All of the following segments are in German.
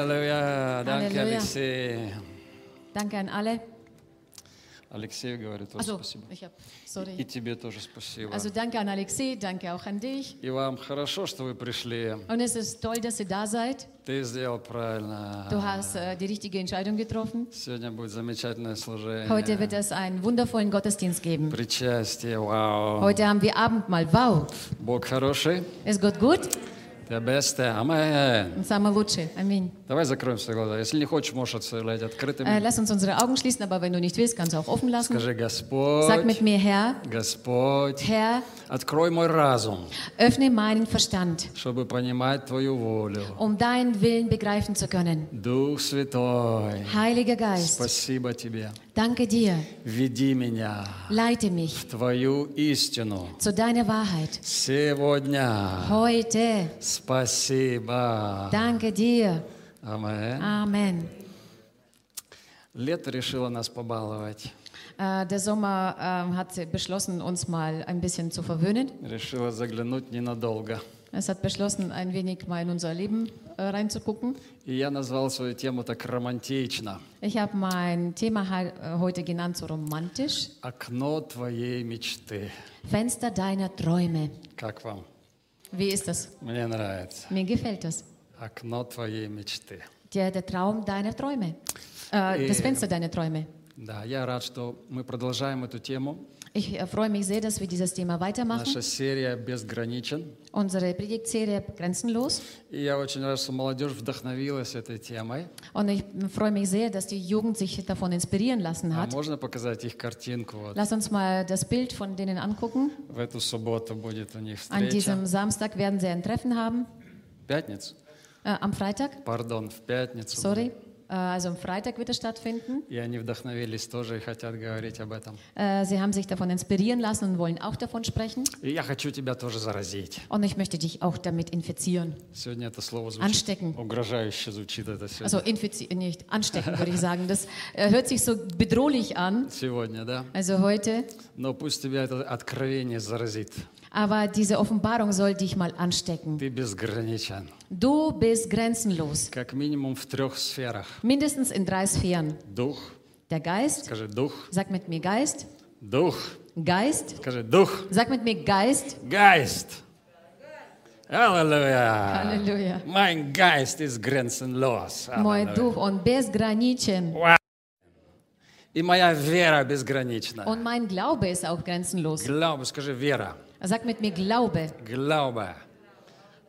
Halleluja. Danke, Halleluja. Alexei. Danke an alle. Алексею говорю тоже Also, спасибо. ich habe, И sorry. тебе тоже спасибо. Also danke an Alexei, danke auch an dich. И вам хорошо, что вы пришли. Und es ist toll, dass ihr da seid. Ты сделал правильно. Du hast äh, die richtige Entscheidung getroffen. Сегодня будет замечательное служение. Heute wird es einen wundervollen Gottesdienst geben. Причастие, вау. Heute haben wir Abendmahl. Wow, Бог хороший. ist Gott gut? Ты best. Amen. Und самый лучший. Amen. Давай закроем свои глаза. Если не хочешь, можешь оставлять открытыми. Äh, lass uns unsere Augen schließen, aber wenn du nicht willst, kannst du auch offen lassen. Скажи, Sag Господь, mit mir, Herr, Господь, Herr, открой мой разум, öffne meinen Verstand, чтобы понимать Твою волю. um deinen Willen begreifen zu können. Дух Святой, Heiliger Geist, спасибо Тебе. danke dir. Веди меня Leite mich в Твою истину. zu deiner Wahrheit. Сегодня Heute. спасибо. Danke dir. Аминь. Amen. Лето решило нас побаловать. Äh, der Sommer ähm, hat beschlossen, uns mal ein bisschen zu verwöhnen. Решило заглянуть ненадолго. Es hat beschlossen, ein wenig mal in unser Leben äh, reinzugucken. И я назвал свою тему так романтично. Ich habe mein Thema hei- äh, heute genannt, so romantisch. Окно твоей мечты. Fenster deiner Träume. Как вам? Wie ist das? Мне нравится. Mir gefällt das. Окно твоей мечты. Der, der Traum deiner Träume. Äh, das Äh. Fenster deiner Träume. Да, я рад, что мы продолжаем эту тему. Ich äh, freue mich sehr, dass wir dieses Thema weitermachen. Наша серия «Безграничен». Unsere Predigtserie grenzenlos. И я очень рад, что молодежь вдохновилась этой темой. Und ich freue mich sehr, dass die Jugend sich davon inspirieren lassen А hat. можно показать их картинку? Вот Lass uns mal das Bild von denen angucken. в эту субботу будет у них An встреча. diesem Samstag werden sie ein Treffen haben. В пятницу? Äh, am Freitag, Пардон, в пятницу. sorry. Äh, also am Freitag wird es stattfinden. И они вдохновились тоже и хотят говорить об этом. Äh, sie haben sich davon inspirieren lassen und wollen auch davon sprechen. И я хочу тебя тоже заразить. Und ich möchte dich auch damit infizieren. Сегодня это слово звучит Anstecken. угрожающе звучит это сегодня. Also infizieren, nicht anstecken, würde ich sagen. Das äh, hört sich so bedrohlich an. Сегодня, да? Also heute. Но пусть тебя это откровение заразит. Aber diese Offenbarung soll dich mal anstecken. Ты безграничен. Du bist grenzenlos. Как минимум в трех сферах. Mindestens in drei Sphären. Дух. Der Geist, Скажи дух. sag mit mir Geist. Дух. Geist, Скажи дух. sag mit mir Geist. Гайст. Аллилуйя. Halleluja. Mein Geist ist grenzenlos. Мой Аллилуйя. Дух, он безграничен. И моя вера безгранична. Und mein Glaube ist auch grenzenlos. Глауба, скажи вера. Sag mit mir Glaube. Глауба.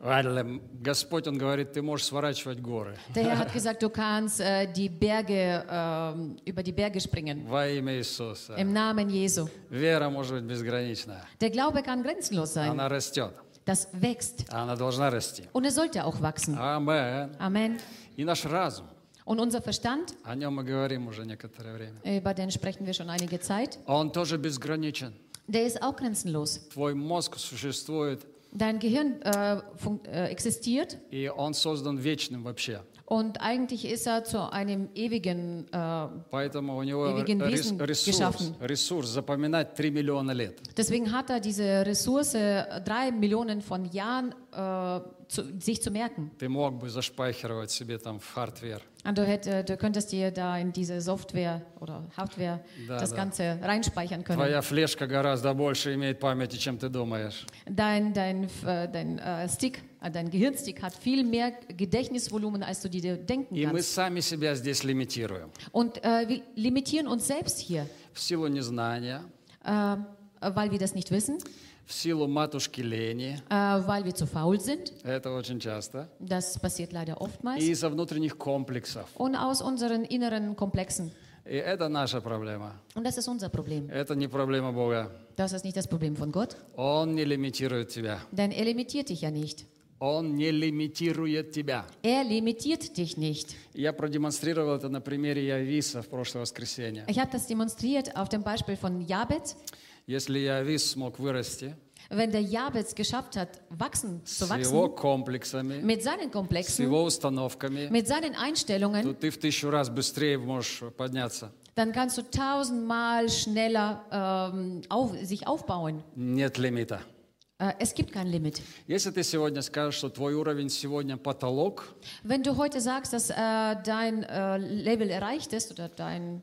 Аллилуйя. Господь, Он говорит, ты можешь сворачивать горы. Der Herr hat gesagt, du kannst äh, die Berge, ähm, über die Berge springen. Во имя Иисуса. Im Namen Jesu. Вера может быть безгранична. Der Glaube kann grenzenlos sein. Она растет. Das wächst. Она должна расти. Und es sollte auch wachsen. Амен. Amen. И наш разум, Und unser Verstand, о нем мы говорим уже некоторое время. über den sprechen wir schon einige Zeit, Он тоже безграничен. der ist auch grenzenlos. Твой мозг существует, Dein Gehirn äh, fun- äh, existiert и он создан вечным вообще. und eigentlich ist er zu einem ewigen äh, Поэтому у него Ewigen рес- Wesen ресурс, geschaffen. ресурс запоминать 3 миллиона лет. Deswegen hat er diese Ressource, äh, drei Millionen von Jahren, äh, zu, sich zu merken. Ты мог бы зашпахировать себе там в хардвер. Und du, hätt, äh, du könntest dir da in diese Software oder Hardware Da, das da. Ganze reinspeichern können. Твоя флешка гораздо больше имеет памяти, чем ты думаешь. Dein, dein, f- äh, dein äh, Stick, äh, dein Gehirnstick hat viel mehr Gedächtnisvolumen, als du dir denken И мы kannst. сами себя здесь лимитируем. Und äh, wir limitieren uns selbst hier, В силу незнания, äh, weil wir das nicht wissen, в силу матушки лени. äh, weil wir zu faul sind. Это очень часто. Das passiert leider oftmals. И из-за внуtrенних комплексов. Und aus unseren inneren Komplexen. И это наша проблема. Und das ist unser Problem. Это не проблема Бога. Das ist nicht das Problem von Gott, Он не лимитирует тебя. denn er limitiert dich ja nicht. Он не лимитирует тебя. Er limitiert dich nicht. Я продемонстрировал это на примере Явиса в прошлое воскресенье. Ich habe das demonstriert auf dem Beispiel von Jabez. Если Явис смог вырасти Wenn der Jabez geschafft hat, wachsen zu с его wachsen, комплексами, mit seinen с Komplexen, его установками, mit seinen то Einstellungen, ты в тысячу раз быстрее можешь подняться. dann kannst du tausendmal schneller ähm, auf, sich aufbauen. Нет лимита. Äh, Es gibt kein Limit. Если ты сегодня скажешь, что твой уровень сегодня потолок, Wenn du heute sagst, dass äh, dein äh, Level erreicht ist oder deine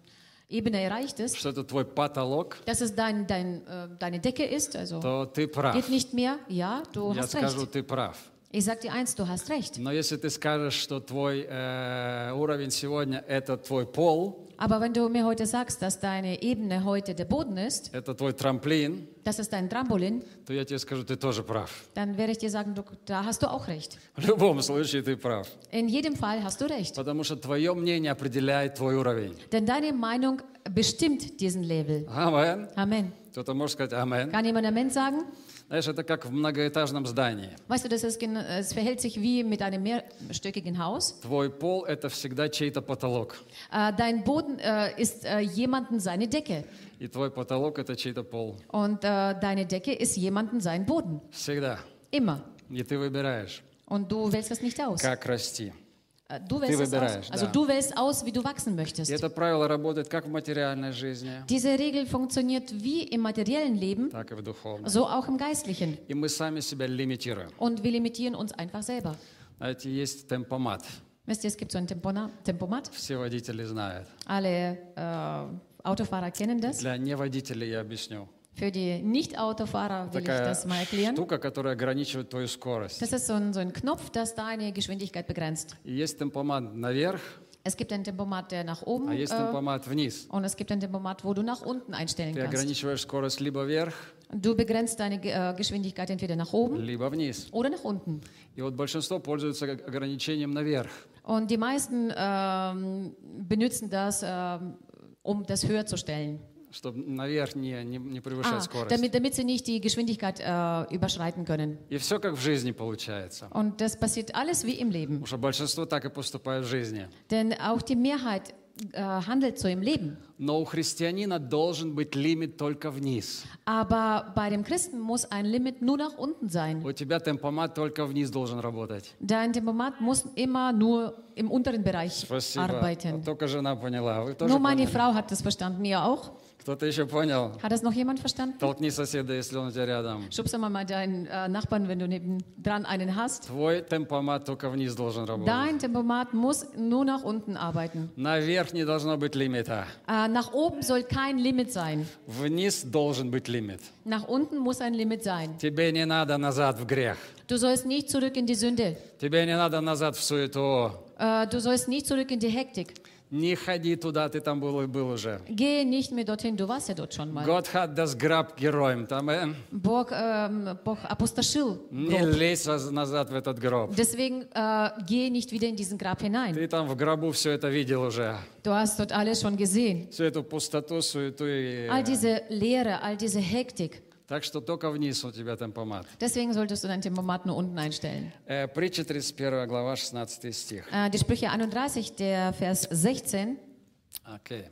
Ebene erreicht ist, что это твой потолок, dass es dein, dein, äh, deine Decke ist, also то ты прав. geht nicht mehr, ja, du Я hast скажу, recht. ты прав. Ich sag dir eins, du hast recht. Но если ты скажешь, что твой э, уровень сегодня это твой пол, Aber wenn du mir heute sagst, dass deine Ebene heute der Boden ist, это твой трамплин, das ist dein Trampolin, то я тебе скажу, ты тоже прав. dann werde ich dir sagen, du, da hast du auch recht. В любом случае ты прав. In jedem Fall hast du recht. Потому что твое мнение определяет твой уровень. Denn deine Meinung bestimmt diesen Level. Амен. Amen. Кто-то может сказать амен. Kann jemand Amen sagen? Знаешь, это как в многоэтажном здании. Weißt du, das ist, gen- es verhält sich wie mit einem mehrstöckigen Haus. Твой пол – это всегда чей-то потолок. Äh, dein Boden äh, ist äh, jemanden seine Decke. И твой потолок – это чей-то пол. Und äh, deine Decke ist jemanden sein Boden. Всегда. Immer. И ты выбираешь, Und du wählst das nicht aus. как расти. Äh, Du wählst es выбираешь, aus. Also да. du wählst aus, wie du wachsen И möchtest. это правило работает как в материальной жизни, Diese Regel funktioniert wie im materiellen Leben, так и в духовной. so auch im geistlichen. И мы сами себя лимитируем. Und wir limitieren uns einfach selber. Знаете, есть темпомат. Wisst ihr, es gibt so ein Tempona Tempomat. Все водители знают. Alle äh, Autofahrer kennen das. Для неводителей я объясню. Für die Nicht-Autofahrer will ich Такая das mal erklären. штука, которая ограничивает твою скорость. Das ist so ein, so ein Knopf, das deine Geschwindigkeit begrenzt. И Есть темпомат наверх, Es gibt einen Tempomat, der nach а oben есть äh, темпомат вниз. und es gibt einen Tempomat, wo du nach unten einstellen Ты kannst. ограничиваешь скорость либо вверх, Du begrenzt deine Ge- äh, Geschwindigkeit entweder nach oben либо вниз. oder nach unten. И вот большинство пользуются ог- ограничением наверх. Und die meisten ähm, benutzen das, ähm, um das höher zu stellen. чтобы наверх не, не, не превышать Ah, скорость. damit, damit sie nicht die Geschwindigkeit äh, überschreiten können. И все как в жизни получается. Und das passiert alles wie im Leben. Потому что большинство так и поступает в жизни. Denn auch die Mehrheit äh, handelt so im Leben. Но у христианина должен быть лимит только вниз. Aber bei dem Christen muss ein Limit nur nach unten sein. У тебя темпомат только вниз должен работать. Dein Tempomat muss immer nur im unteren Bereich Спасибо. arbeiten. А Только жена поняла. Вы тоже Nur meine поняли? Frau hat das verstanden, ihr auch. Кто-то еще понял? Hat das noch jemand verstanden? Толкни соседа, если он у тебя рядом. Schubst du mal deinen äh, Nachbarn, wenn du nebendran einen hast. Твой темпомат только вниз должен работать. Dein Tempomat muss nur nach unten arbeiten. Наверх не должно быть лимита. Äh, nach oben soll kein Limit sein. Вниз должен быть лимит. Nach unten muss ein Limit sein. Тебе не надо назад в грех. Du sollst nicht zurück in die Sünde. Тебе не надо назад в суету. Äh, du sollst nicht zurück in die Hektik. Не ходи туда, ты там был и был уже. Gehe nicht mehr dorthin, du warst ja dort schon mal. Год hat das Grab героем. Там, э, Бог, ähm, Бог опустошил. не лезь воз- назад в этот гроб. Deswegen äh, geh nicht wieder in diesen Grab hinein. Ты там в гробу все это видел уже. Du hast dort alles schon gesehen. Всю эту пустоту, суету. и- All diese Leere, all diese Hektik. Так что только вниз у тебя темпомат. Deswegen solltest du dein Tempomat nur unten einstellen. Э, притча 31 глава, 16 стих. Äh, die Sprüche 31, der Vers 16. Окей.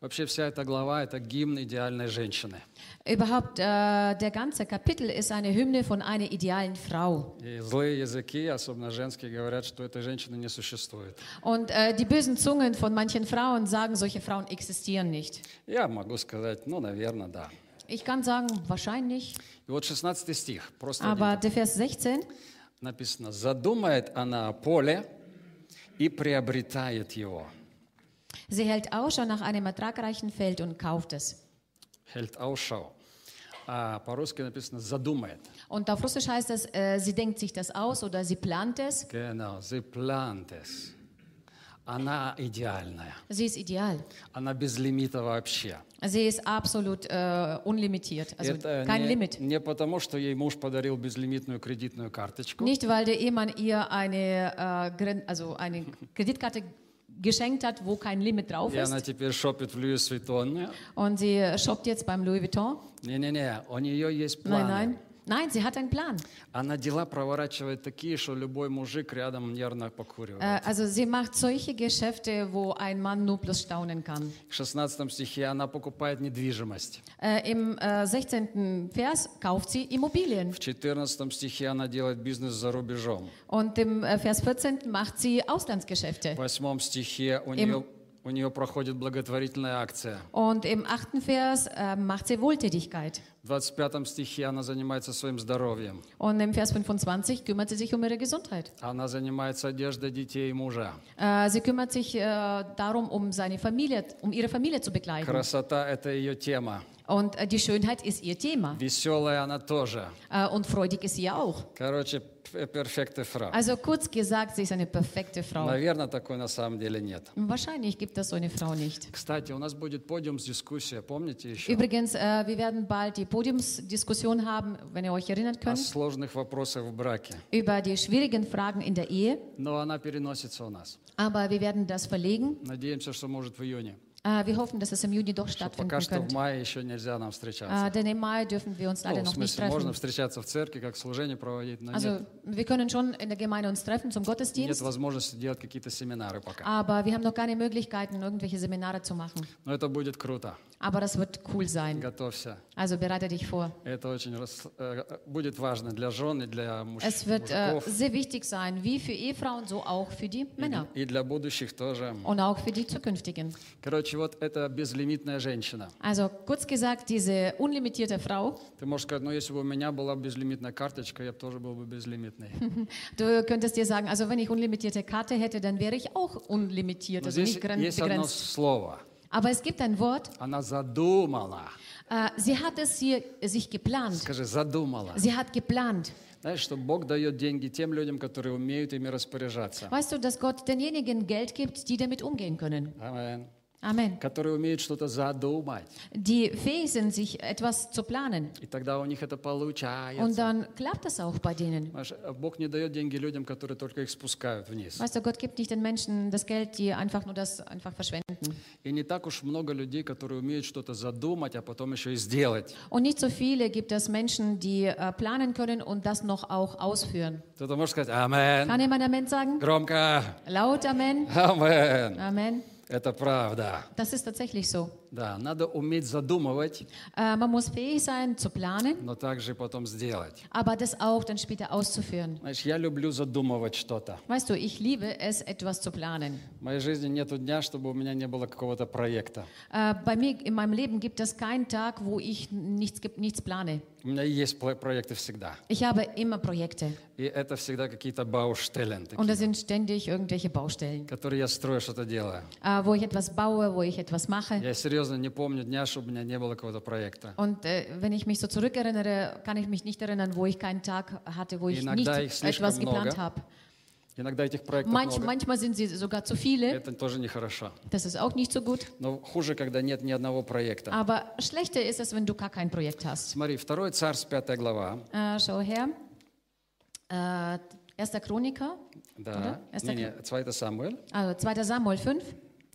Вообще вся эта глава – это гимн идеальной женщины. Überhaupt, äh, der ganze Kapitel ist eine Hymne von einer idealen Frau. И злые языки, особенно женские, говорят, что этой женщины не существует. Und äh, die bösen Zungen von manchen Frauen sagen, solche Frauen existieren nicht. Я могу сказать, ну, наверное, да. Ich kann sagen, wahrscheinlich. И вот 16 стих, просто один Aber der Vers 16, написано, задумает она о поле и приобретает его. sie hält Ausschau nach einem ertragreichen Feld und kauft es. Hält Ausschau. А по-русски написано задумает. Und auf Russisch heißt das, äh, sie denkt sich das aus oder sie plant es. Genau, sie plant es. Она идеальная. Sie ist ideal. Она без лимита вообще. Sie ist absolut äh, unlimitiert, also Это kein не, Limit. не потому, что ей муж подарил безлимитную кредитную карточку. Nicht, weil der Ehemann ihr eine, äh, Gren- also eine Kreditkarte geschenkt hat, wo kein Limit drauf И она ist. теперь шопит в Льюис Vuitton. Und sie shoppt jetzt beim Louis Vuitton. Не-не-не, у нее есть планы. Nein, nein. Nein, sie hat einen Plan. Она дела проворачивает такие, что любой мужик рядом нервно покуривает. Äh, also sie macht solche Geschäfte, wo ein Mann nur bloß staunen kann. В 16 стихе она покупает недвижимость. Äh, Im äh, 16. Vers kauft sie Immobilien. В 14 стихе она делает бизнес за рубежом. Und im äh, Vers 14 macht sie Auslandsgeschäfte. В 8 стихе у Im нее у нее проходит благотворительная акция. Und im achten Vers äh, macht sie Wohltätigkeit. В 25 стихе она занимается своим здоровьем. Und im Vers 25 kümmert sie sich um ihre Gesundheit. Она занимается одеждой детей и mужа. Äh, sie kümmert sich äh, darum, um seine Familie, um ihre Familie zu begleiten. Красота – это ее тема. Und äh, die Schönheit ist ihr Thema. Веселая она тоже. Äh, und freudig ist sie auch. Короче, п- перфекте фра. Also kurz gesagt, sie ist eine perfekte Frau. Наверное, такой на самом деле нет. Wahrscheinlich gibt es so eine Frau nicht. Кстати, у нас будет подиум с дискуссия, помните еще? Übrigens, äh, wir werden bald die Podiumsdiskussion haben, wenn ihr euch erinnern О könnt, сложных вопросах в браке. über die schwierigen Fragen in der Ehe. Но она переносится у нас. Aber wir werden das verlegen. Надеемся, что может в июне. Äh, wir hoffen, dass es im Juni doch Что stattfinden пока что könnte. в мае еще нельзя нам встречаться. Äh, denn im Mai dürfen wir uns Ну, leider в noch nicht смысле, можно treffen. встречаться в церкви, как служение проводить, но Also нет, wir können schon in der Gemeinde uns treffen zum нет Gottesdienst, возможности делать какие-то семинары пока. aber wir haben noch keine Möglichkeiten, um irgendwelche Seminare zu machen. Но это будет круто. Aber das wird cool sein. Готовься. Also bereite dich vor. Это очень рас- э, будет важно для жен и для муж- Es wird äh, мужиков. sehr wichtig sein, wie für Ehefrauen, so auch für Mhm. die Männer И для будущих тоже. und auch für die zukünftigen. Короче, вот это безлимитная женщина. Also kurz gesagt, diese unlimitierte Frau, Ты можешь сказать, ну если бы у меня была безлимитная карточка, я бы тоже был бы безлимитный. du könntest dir sagen, also wenn ich unlimitierte Karte hätte, dann wäre ich auch unlimitiert, Но also здесь nicht gren- есть одно begrenzt. слово. Aber es gibt ein Wort, Она задумала. äh, sie hat es hier sich geplant. Скажи, задумала. Sie hat geplant. Знаешь, что Бог дает деньги тем людям, которые умеют ими распоряжаться. Weißt du, dass Gott denjenigen Geld gibt, die damit umgehen können? Амен. Amen. которые умеют что-то задумать. Die fähig sind, sich etwas zu planen. И тогда у них это получается. Und dann klappt das auch bei denen. Знаешь, Бог не дает деньги людям, которые только их спускают вниз. Weißt du, Gott gibt nicht den Menschen das Geld, die einfach nur das einfach verschwenden. И не так уж много людей, которые умеют что-то задумать, а потом еще и сделать. Und nicht so viele gibt es Menschen, die äh, planen können und das noch auch ausführen. Кто-то может сказать «Амен», Kann jemand Amen sagen? громко Laut Amen. «Амен». Amen. Это правда. Das ist tatsächlich so. Да, надо uметь задумывать, Äh, man muss fähig sein zu planen, но также потом сделать. aber das auch dann später auszuführen. Знаешь, я люблю задумывать что-то. Weißt du, ich liebe es, etwas zu planen. В моей жизни нету дня, чтобы у меня не было какого-то проекта. Äh, bei mir in meinem Leben gibt es keinen Tag, wo ich nichts, gep- nichts plane. У меня есть пла- проекты всегда. Ich habe immer Projekte И это всегда какие-то бауштелен. такие. und da sind ständig irgendwelche Baustellen, который я строю, что-то делаю. äh, wo ich etwas baue, wo ich etwas mache. Я серьезно не помню дня, чтобы у меня не было какого-то проекta. Und äh, wenn ich mich so zurückerinnere, kann ich mich nicht erinnern, wo ich keinen Tag hatte, wo ich Иногда nicht их слишком etwas geplant много. habe. Иногда этих проектов Manch, много. manchmal sind sie sogar zu viele. Это тоже нехорошо. Das ist auch nicht so gut. Но хуже, когда нет ни одного проекта. Aber schlechter ist es, wenn du gar kein Projekt hast. Смотри, 2 Царств, 5 глава. Äh, schau her. Äh, erster Chroniker, Да. Да? Не, Я не, 2 Самуэль, also 2. Samuel 5.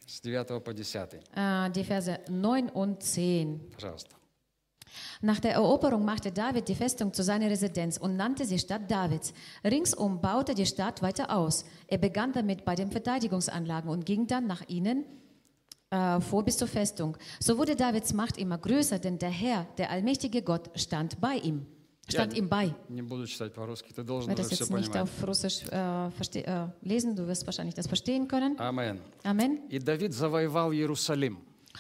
с 9 по 10. Äh, die Verse 9 und 10. Пожалуйста. Nach der Eroberung machte David die Festung zu seiner Residenz und nannte sie Stadt Davids. Ringsum baute die Stadt weiter aus. Er begann damit bei den Verteidigungsanlagen und ging dann nach ihnen äh, vor bis zur Festung. So wurde Davids Macht immer größer, denn der Herr, der allmächtige Gott, stand bei ihm. Stand Ja. ihm bei. Не буду читать по-русски, ты должен Wer уже das все jetzt nicht понимать. auf Russisch äh, verste- äh, lesen, du wirst wahrscheinlich das verstehen können. Амен. Amen. И Давид завоевал Иерусалим.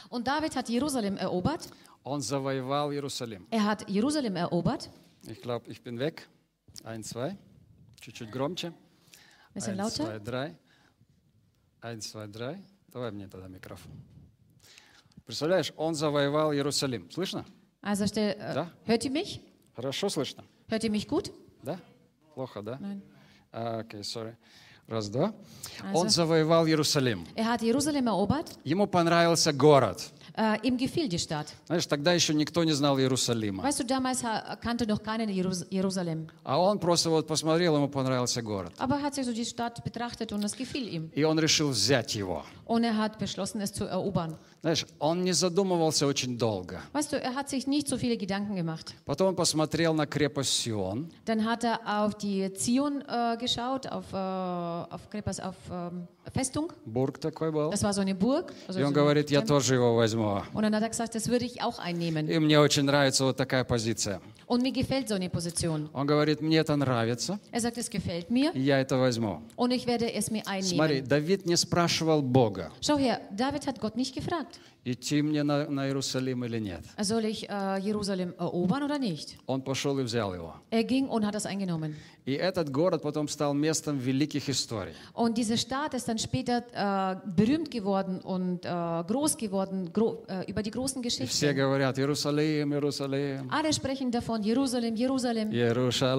Und David hat Jerusalem erobert. Он завоевал Иерусалим. Er hat Jerusalem erobert. Ich glaube, ich bin weg. Ein, zwei. Чуть-чуть громче. Ein bisschen Eins, lauter. zwei, drei. Eins, zwei, drei. Давай мне тогда микрофон. Представляешь, он завоевал Иерусалим. Слышно? Also stell, äh, Да. hört ihr mich? Хорошо слышно? Hört ihr mich gut? Да? Плохо, да? Nein. А, Окей, sorry. Раз, два. Also- Он завоевал Иерусалим. Er hat Jerusalem erobert, Ему понравился город. äh, ihm gefiel die Stadt. Знаешь, тогда еще никто не знал Иерусалима. Weißt du, damals ha- kannte noch keiner Jerus Jerusalem. А он просто вот посмотрел, ему понравился город. Aber er hat sich so die Stadt betrachtet und es gefiel ihm. И он решил взять его. Und er hat beschlossen, es zu erobern. Знаешь, он не задумывался очень долго. Weißt du, er hat sich nicht so viele Gedanken gemacht. Потом он посмотрел на крепость Сион. Dann hat er auf die Zion äh, geschaut, auf, äh, auf Krepas, auf ähm, Festung. Бург такой был. Das war so eine Burg. Also И он so говорит, я тоже его возьму. возьму. Und dann hat er gesagt, das würde ich auch einnehmen. И мне очень нравится вот такая позиция. Und mir gefällt so eine Position. Он говорит, мне это нравится, Er sagt, es gefällt mir и я это возьму. und ich werde es mir Смотри, einnehmen. Давид не спрашивал Бога, Schau her, David hat Gott nicht gefragt, идти мне на, на Иерусалим или нет. soll ich äh, Jerusalem erobern oder nicht. Он пошел и взял его. Er ging und hat das eingenommen. И этот город потом стал местом великих историй. Und diese Stadt ist dann später äh, berühmt geworden und äh, groß geworden gro äh, über die großen И все Geschichten. говорят, Иерусалим, Иерусалим. Alle sprechen davon, Jerusalem, Jerusalem.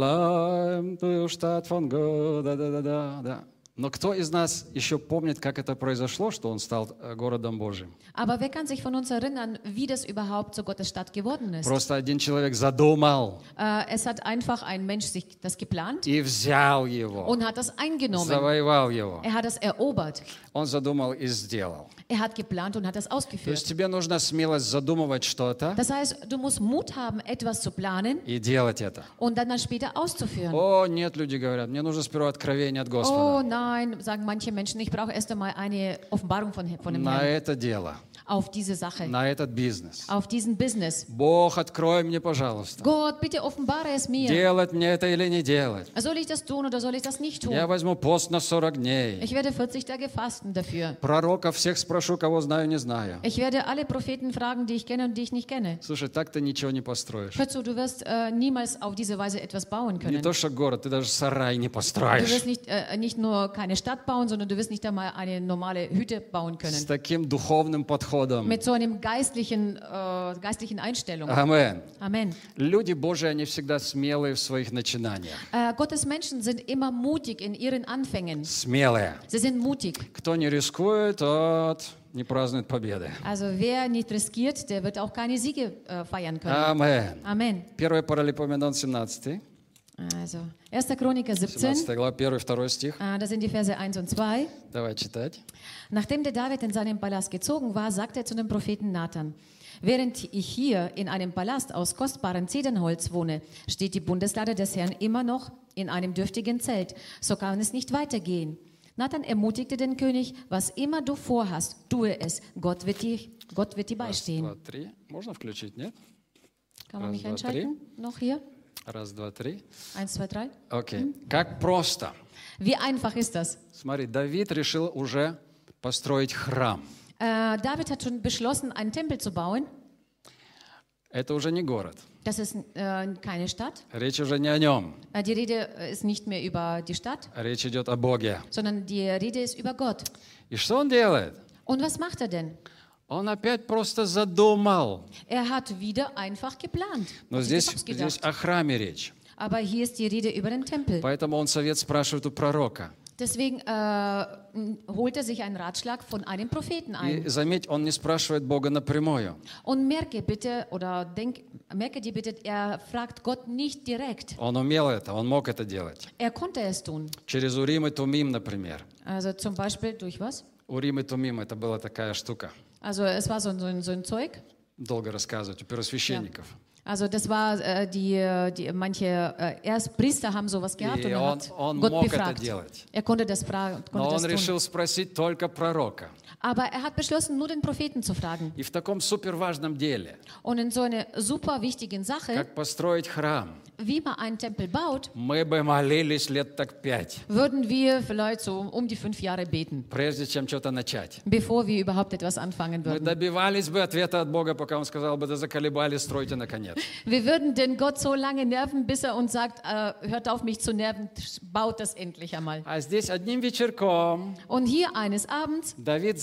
Иерушалаем, ту штат фон го- да-да-да-да. да. Но кто из нас еще помнит, как это произошло, что он стал э, городом Божьим? Aber wer kann sich von uns erinnern, wie das überhaupt zu Gottes Stadt geworden ist? Просто один человек задумал Äh, es hat einfach ein Mensch sich das geplant и взял его, und hat das eingenommen. завоевал его. Er hat das erobert. Он задумал и сделал. Er hat geplant und hat das То ausgeführt. есть тебе нужна смелость задумывать что-то Das heißt, du musst Mut haben, etwas zu planen и делать это. und dann, dann später auszuführen. О, нет, люди говорят, мне нужно сперва откровение от Господа. Oh nein, sagen manche Menschen, ich brauche erst einmal eine Offenbarung von, von dem На Herrn это дело, auf diese Sache, на этот бизнес. auf diesen Business. Бог, открой мне, пожалуйста. Gott, bitte offenbare es mir. Делать мне это или не делать? Soll ich das tun oder soll ich das nicht Я tun? возьму пост на 40 дней. Ich werde 40 Tage fasten dafür. Пророков всех спрошу, кого знаю, не знаю. Ich werde alle Propheten fragen, die ich kenne und die ich nicht kenne. Слушай, так ты ничего не построишь. Hör zu, du wirst äh, niemals auf diese Weise etwas bauen Не können. то, что город, ты даже сарай не Du wirst построишь. nicht, äh, nicht nur keine Stadt bauen, sondern du wirst nicht einmal eine normale Hütte С bauen können. таким духовным подходом. Mit so einem geistlichen, äh, geistlichen Einstellung. Амен. Amen. Люди Божии, они всегда смелые в своих начинаниях. Äh, Gottes Menschen sind immer mutig in ihren Anfängen. Смелые. Sie sind mutig. Кто не рискует, тот не празднует победы. Also wer nicht riskiert, der wird auch keine Siege äh, feiern Ah. können. Амен. Amen. 1 Паралипоменон 17, Also 1. Chroniker 17, 17 глава, 1 2 стих. äh, das sind die Verse 1 und 2. Давай читать. Nachdem der David in seinem Palast gezogen war, sagte er zu dem Propheten Nathan, Während ich hier in einem Palast aus kostbarem Zedernholz wohne, steht die Bundeslade des Herrn immer noch in einem dürftigen Zelt. So kann es nicht weitergehen. Nathan ermutigte den König, was immer du vorhast, tue es. Gott wird dir, Gott wird dir Раз, beistehen. два, три. Можно включить, нет? Kann man Eins, mich zwei, einschalten? Noch hier? Раз, два, три. Eins, zwei, drei. Окей. Как просто. Wie einfach ist das? Смотри, Давид решил уже построить храм. Äh, David hat schon beschlossen, einen Tempel zu bauen. Это уже не город. Das ist äh, keine Stadt. Речь уже не о нем. Äh, Die Rede äh, ist nicht mehr über die Stadt, Речь идет о Боге. sondern die Rede ist über Gott. И что он делает? Und was macht er denn? Он опять просто задумал. Er hat wieder einfach geplant. Но Hat sich здесь, das здесь ausgedacht. о храме речь. Aber hier ist die Rede über den Tempel. Поэтому он совет спрашивает у пророка. Deswegen äh, m, holt er sich einen Ratschlag von einem Propheten ein. И заметь, он не спрашивает Бога напрямую. Und merke bitte, oder denk, merke dir bitte, er fragt Gott nicht direkt. Он умел это, он мог это делать. Er konnte es tun. Через Урим и Тумим, например. Also zum Beispiel durch was? Урим и Тумим – это была такая штука. Also es war so, ein- so, ein- so ein Zeug. Долго рассказывать у первосвященников. Also das war äh, die, die manche äh, Erstpriester haben sowas gehabt И und er halt. он, hat он Gott мог это befragt. делать. Er konnte das fragen, und Но konnte он das tun. решил спросить только пророка. Aber er hat beschlossen, nur den Propheten zu fragen. И в таком суперважном деле, Und in so einer super wichtigen Sache, как построить храм, wie man einen Tempel baut, мы бы молились лет так пять, würden wir vielleicht so um die fünf Jahre beten, прежде чем что-то начать. bevor wir überhaupt etwas anfangen Мы würden. добивались бы ответа от Бога, пока Он сказал бы, да заколебали, стройте наконец. Wir würden den Gott so lange nerven, bis er uns sagt, äh, hört auf mich zu nerven, baut das endlich einmal. А здесь одним вечерком Und hier eines Abends Давид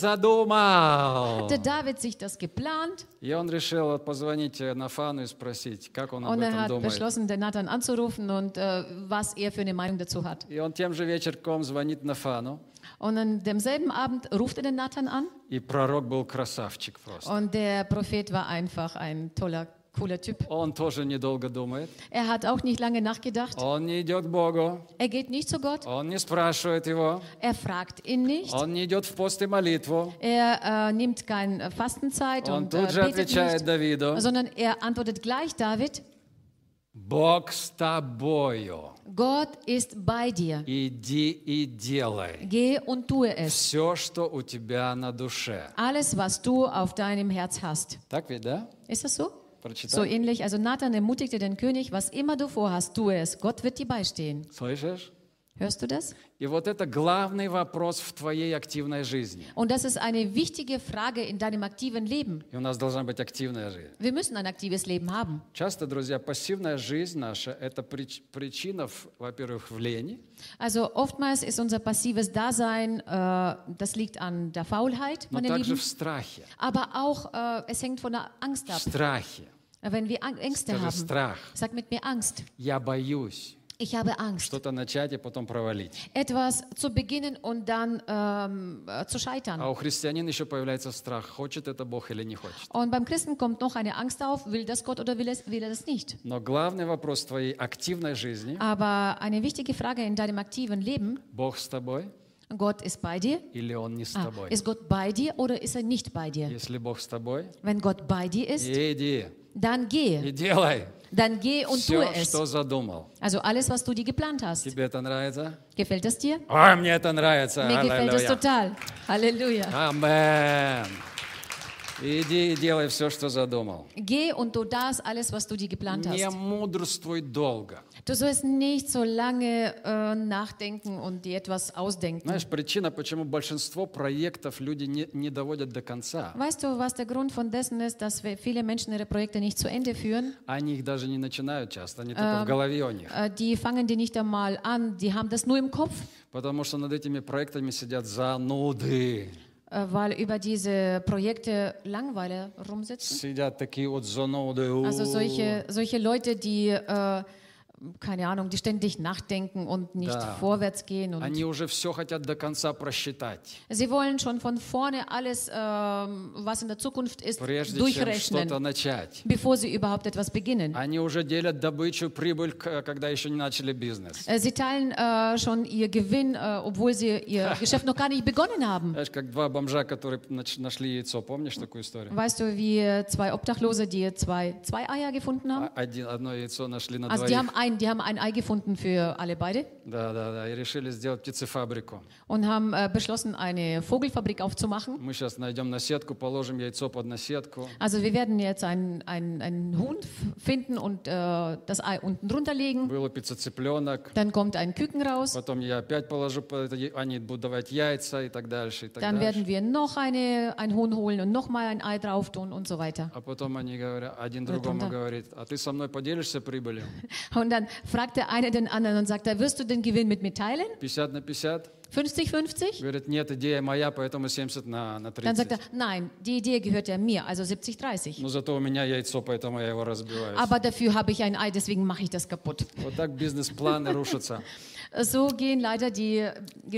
задумал. hatte David sich das geplant И он решил вот позвонить э, Нафану и спросить, как он об Und er этом hat думает. beschlossen, den Nathan anzurufen und äh, was er für eine Meinung dazu hat. И он тем же вечерком звонит Нафану. Und an demselben Abend ruft er den Nathan an И пророк был красавчик просто. und der Prophet war einfach ein toller, cooler Typ. Он тоже недолго думает. Er hat auch nicht lange nachgedacht. Он не идет к Богу. Er geht nicht zu Gott, Он не спрашивает его. er fragt ihn nicht, Он не идет в пост и молитву. er äh, nimmt keine Fastenzeit Он und тут же äh, betet отвечает nicht, Давиду. sondern er antwortet gleich David, Бог с тобою. Gott ist bei dir. Иди и делай Gehe und tue es. все, что у тебя на душе. Alles, was du auf deinem Herz hast. Так ведь, да? Ist das so? So Прочитай. ähnlich. Also Nathan ermutigte den König, was immer du vorhast, tue es. Gott wird dir beistehen. Слышишь? Hörst du das? И вот это главный вопрос в твоей активной жизни. Und das ist eine wichtige Frage in deinem aktiven Leben. И у нас должна быть активная жизнь. Wir müssen ein aktives Leben haben. Часто, друзья, пассивная жизнь наша – это прич- причина, в- во-первых, в лени, Also oftmals ist unser passives Dasein, äh, das liegt an der Faulheit, но meine также Lieben. в страхе. Aber auch, äh, es hängt von der Angst В ab. страхе. Wenn wir Ang- Ängste Скажи haben, страх. sag mit mir Angst. Я боюсь Ich habe Angst. что-то начать и потом провалить. Etwas zu beginnen und dann ähm, äh, zu scheitern. А у христианина еще появляется страх, хочет это Бог или не хочет. Und beim Christen kommt noch eine Angst auf, will das Gott oder will, es, will er das nicht? Но главный вопрос твоей активной жизни Aber eine wichtige Frage in deinem aktiven Leben, – Бог с тобой Gott ist bei dir. или Он не с Ah, тобой? ist Gott bei dir oder ist er nicht bei dir? Если Бог с тобой, Wenn Gott bei dir ist, иди dann gehe. и делай Dann geh und tue все, es. что задумал. Also alles, was du dir geplant hast. Тебе это нравится? Gefällt es dir? Ой, А, мне это нравится. Mir gefällt es Аллилуйя. total. Halleluja. Амен. Иди и делай все, что задумал. Geh und tu das, alles, was du dir geplant Не hast. мудрствуй долго. Du sollst nicht so lange äh, nachdenken und dir etwas ausdenken. Знаешь, причина, почему большинство проектов люди не, не доводят до конца. Weißt du, was der Grund von dessen ist, dass wir viele Menschen ihre Projekte nicht zu Ende führen? Они их даже не начинают часто, они только в голове у них. Äh, die fangen die nicht einmal an, die haben das nur im Kopf, Потому что над этими проектами сидят зануды. äh, weil über diese Projekte Langweile rumsitzen. Сидят такие вот зануды. У. Also solche, solche Leute, die, äh, keine Ahnung, die ständig nachdenken und nicht Da. vorwärts gehen. Und Они уже все хотят до конца просчитать. sie wollen schon von vorne alles, ähm, was in der Zukunft ist, Прежде чем что-то durchrechnen, начать. bevor sie überhaupt etwas beginnen. Они уже делят добычу, прибыль, к- э, когда еще не начали бизнес. Äh, Sie teilen äh, schon ihr Gewinn, äh, obwohl sie ihr Geschäft noch gar nicht begonnen haben. Знаешь, как два бомжа, которые нач- нашли яйцо. Помнишь такую историю? Weißt du, wie zwei Obdachlose, die zwei, zwei Eier gefunden haben? А- Один, одно яйцо нашли на Also die haben двоих. ein, die haben ein Ei gefunden für alle beide Да, да, да. И решили сделать птицефабрику. und haben äh, beschlossen, eine Vogelfabrik aufzumachen. Мы сейчас найдем наседку, положим яйцо под наседку. Also wir werden jetzt einen, einen, einen Huhn f- finden und äh, das Ei unten drunter legen. Было птицецыпленок. Dann kommt ein Küken raus. Потом я опять положу, по- это я- они будут давать яйца и так дальше, и так Dann дальше. werden wir noch eine, ein Huhn holen und nochmal ein Ei drauf tun und so weiter. А потом они говорят, один другому да. говорит, а ты со мной поделишься прибылью? Und dann fragt der eine den anderen und sagt, er, wirst du den Gewinn mit mir teilen? 50 на 50? 50-50? Говорит, нет, идея моя, поэтому 70 на, на Dann sagt er, 30. nein, die Idee gehört ja mir, also 70-30. Но зато у меня яйцо, поэтому я его разбиваю. Aber dafür habe ich ein Ei, deswegen mache ich das kaputt. Вот так бизнес-планы рушатся. So gehen leider die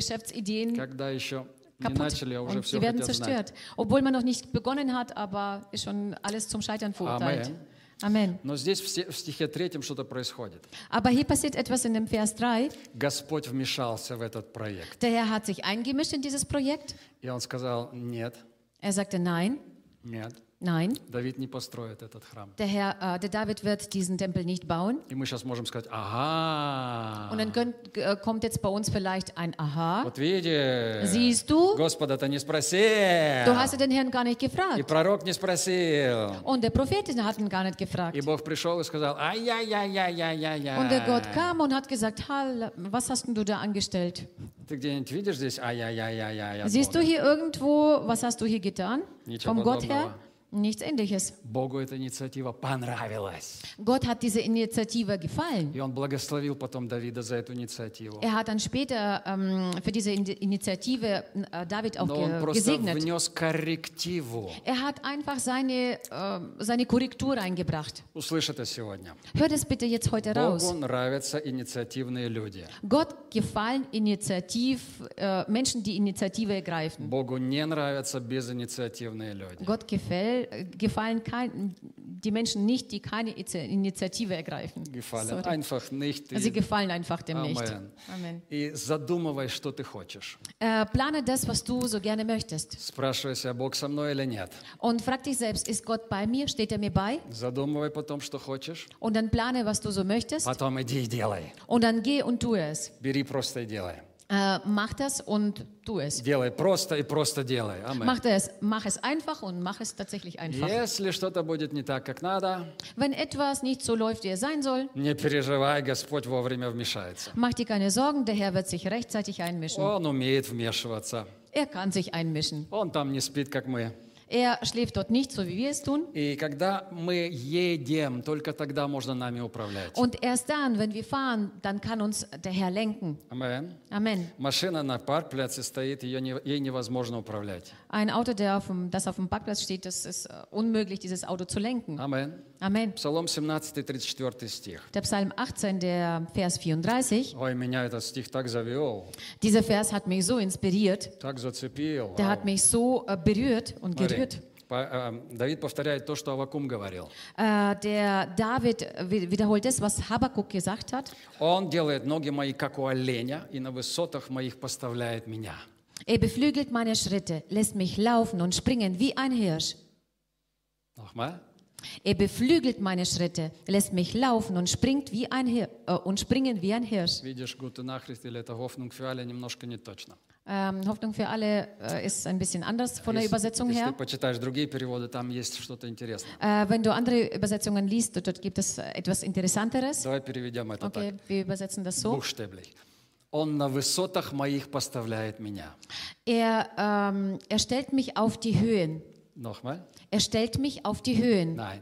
Geschäftsideen Когда еще не kaputt начали, а уже und все sie werden хотят знать. zerstört. Obwohl man noch nicht begonnen hat, aber ist schon alles zum Scheitern verurteilt. Amen. Amen. Но здесь в се- в стихе третьем что-то происходит. Aber hier passiert etwas in dem Vers 3. Господь вмешался в этот проект. Der Herr hat sich eingemischt in dieses Projekt. И он сказал, нет, Er sagte nein, нет, nein. Давид не построит этот храм. Der Herr, äh, der David wird diesen Tempel nicht bauen. И мы сейчас можем сказать, Und ага, dann könnt, äh, kommt jetzt bei uns vielleicht ein Aha. вот видишь, Siehst du, Господа ты не спросил, du hast ja den Herrn gar nicht и gefragt. пророк не спросил. Und der Prophet hat ihn gar nicht gefragt. И Бог пришел и сказал, Und der Gott ай-яй-яй-яй-яй-яй. kam und hat gesagt, Hall, was hast denn du da angestellt? Ты где-нибудь видишь здесь ай-яй-яй-яй-яй? от Siehst du Бога?» hier irgendwo, was hast du hier getan? Nichts Vom Gott her? Besonderes. Nichts Ähnliches. Богу эта инициатива понравилась. Gott hat diese Initiative gefallen. И он благословил потом Давида за эту инициативу. Er hat dann später ähm, für diese In Initiative äh, David auch Но он ge просто gesegnet. внес коррективу. Er hat einfach seine, äh, seine Korrektur reingebracht. Услышь это сегодня. Hör das bitte jetzt heute Богу raus. нравятся инициативные люди. Gott gefallen Initiativ, äh, Menschen, die Initiative ergreifen. Богу не нравятся безинициативные люди. Gott gefäll, äh, gefallen kein, die Menschen nicht, die keine Izi- Initiative ergreifen. Gefallen Sorry. Also einfach nicht. Sie gefallen einfach dem nicht. Amen. Amen. И задумывай, что ты хочешь. Äh, plane das, was du so gerne möchtest. Спрашивай себя, Бог со мной или нет. Und frag dich selbst, ist Gott bei mir? Steht er mir bei? Задумывай потом, что хочешь. Und dann plane, was du so möchtest. Потом иди и делай. Und dann geh und tu es. Бери просто и делай. Äh, mach das und tu es. Делай просто и просто делай. Аминь. Mach das, mach es einfach und mach es tatsächlich einfach. Если что-то будет не так, как надо, Wenn etwas nicht so läuft, wie es sein soll, не переживай, Господь вовремя вмешается. mach dir keine Sorgen, der Herr wird sich rechtzeitig einmischen. Он умеет вмешиваться. Er kann sich einmischen. Он там не спит, как мы. Er schläft dort nicht, so wie wir es tun. И когда мы едем, только тогда можно нами управлять. Und erst dann, wenn wir fahren, dann kann uns der Herr lenken. Аминь. Amen. Машина на паркпляце стоит, ее не- ей невозможно управлять. Ein Auto, der auf dem, das auf dem Parkplatz steht, das ist äh, unmöglich, dieses Auto zu lenken. Аминь. Amen. Псалом 17, 34 стих. Der Psalm 18, der Vers 34. Ой, меня этот стих так завел, Dieser Vers hat mich so inspiriert. так зацепил. Der Вау. hat mich so äh, berührt und Смотри, gerührt. по- э, Давид повторяет то, что Авакум говорил. Äh, der David äh, wiederholt das, was Habakkuk gesagt hat. Он делает ноги мои, как у оленя, и на высотах моих поставляет меня. Er beflügelt meine Schritte, lässt mich laufen und springen wie ein Hirsch. Nochmal. Er beflügelt meine Schritte, lässt mich laufen und springt wie ein Hir äh, und springen wie ein Hirsch. Видишь, Гутенахрист или это Гофнунгфиале немножко не точно. Ähm, Hoffnung für alle äh, ist ein bisschen anders von der Если- Übersetzung если her. ты почитаешь другие переводы, там есть что-то интересное. Äh, wenn du andere Übersetzungen liest, dort gibt es äh, etwas Interessanteres. Давай переведем это Okay, так. wir übersetzen das so. Бухштеблей. Он на высотах моих поставляет меня. Er, ähm, er stellt mich auf die Höhen. Nochmal. Er stellt mich auf die Höhen. Nein.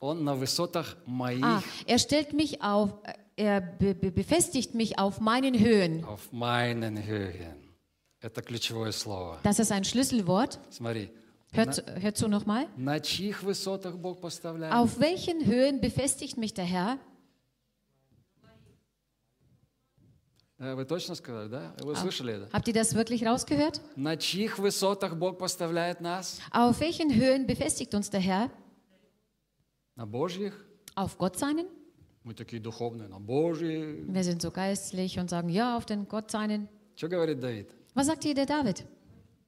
Он на высотах моих, Ah, er stellt mich auf, äh, er be be befestigt mich auf meinen Höhen. auf meinen Höhen. Это ключевое слово. Das ist ein Schlüsselwort. Смотри. Hört, zu- hört zu nochmal. На чьих высотах Бог поставляет? Auf welchen Höhen befestigt mich der Herr? Э, Вы точно сказали, да? Вы слышали это? Habt ihr das wirklich rausgehört? На чьих высотах Бог поставляет нас? Auf welchen Höhen befestigt uns der Herr? На Божьих? Auf Gott seinen? Мы такие духовные, на Божьих. Wir sind so geistlich und sagen ja auf den Gott seinen. Что говорит Давид? Was sagt hier der David?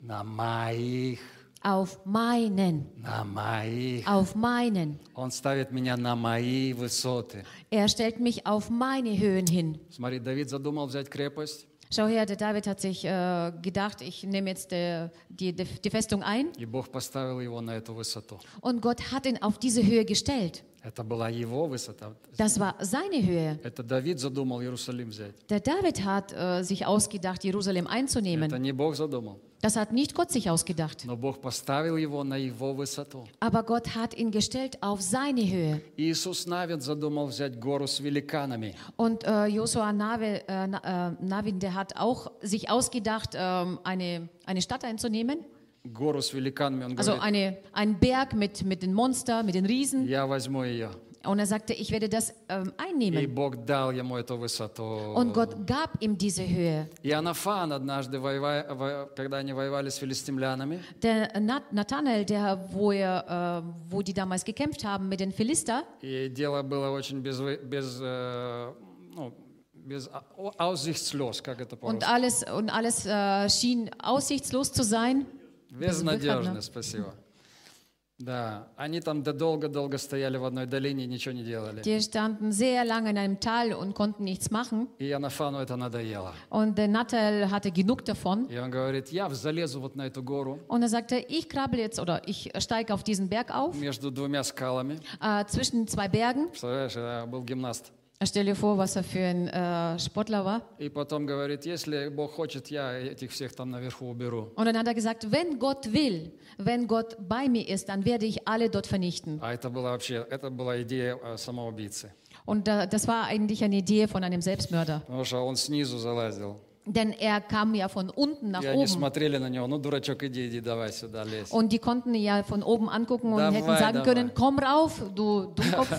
На моих, Auf meinen, на моих. auf meinen. Он ставит меня на мои высоты. Er stellt mich auf meine Höhen hin. Смотри, Давид задумал взять крепость Schau her, der David hat sich äh, gedacht, ich nehme jetzt äh, die, die, die Festung ein. И Бог поставил его на эту высоту. Und Gott hat ihn auf diese Höhe gestellt. Это была его высота. Das war seine Höhe. Это Давид задумал Иерусалим взять. Der David hat äh, sich ausgedacht, Jerusalem Это einzunehmen. не Бог задумал, Das hat nicht Gott sich ausgedacht. но Бог поставил его на его высоту. Aber Gott hat ihn gestellt auf seine Höhe. Иисус Навин задумал взять гору с великанами. Und äh, Josua Nave, äh, Na- äh, Navin, der hat auch sich ausgedacht, ähm, eine, eine Stadt einzunehmen. Гору с великанами. Он Also говорит, eine, einen Berg mit, mit den Monstern, mit den Riesen. я возьму ее. Und er sagte, ich werde das ähm, И einnehmen. Бог дал ему эту высоту. Und Gott gab ihm diese Höhe. И Анафан однажды, воевая- во- когда они воевали с филистимлянами, Der äh, Nat- Nathanael, der, wo, er, äh, wo die damals gekämpft haben mit den Philister, и дело было очень без, вы- без, э, ну, без а- о- aussichtslos, как это по-русски. und alles, und alles äh, schien aussichtslos zu sein. Безнадежно, Безвыходно. спасибо. Да, они там до- долго-долго стояли в одной долине и ничего не делали. Die standen sehr lange in einem Tal und konnten nichts machen. И Анафану это надоело. Und der Nathanael hatte genug davon. И он говорит, я залезу вот на эту гору Und er sagte, ich krabbel jetzt oder ich steige auf diesen Berg auf, между двумя скалами. äh, zwischen zwei Bergen. Представляешь, я был гимнаст. Stell dir vor, was er für ein äh, Sportler war. И потом говорит, если Бог хочет, я этих всех там наверху уберу. Und dann hat er gesagt, wenn Gott will, wenn Gott bei mir ist, dann werde ich alle dort vernichten. А это была вообще, это была идея э, самоубийцы. Und da, das war eigentlich eine Idee von einem Selbstmörder. Потому что он снизу залазил. Denn er kam ja von unten nach И они oben. смотрели на него, ну, дурачок, иди, иди, давай сюда лезь. Und die konnten ihn ja von oben angucken und Dabei, hätten sagen dabei. können, komm rauf, du Dummkopf.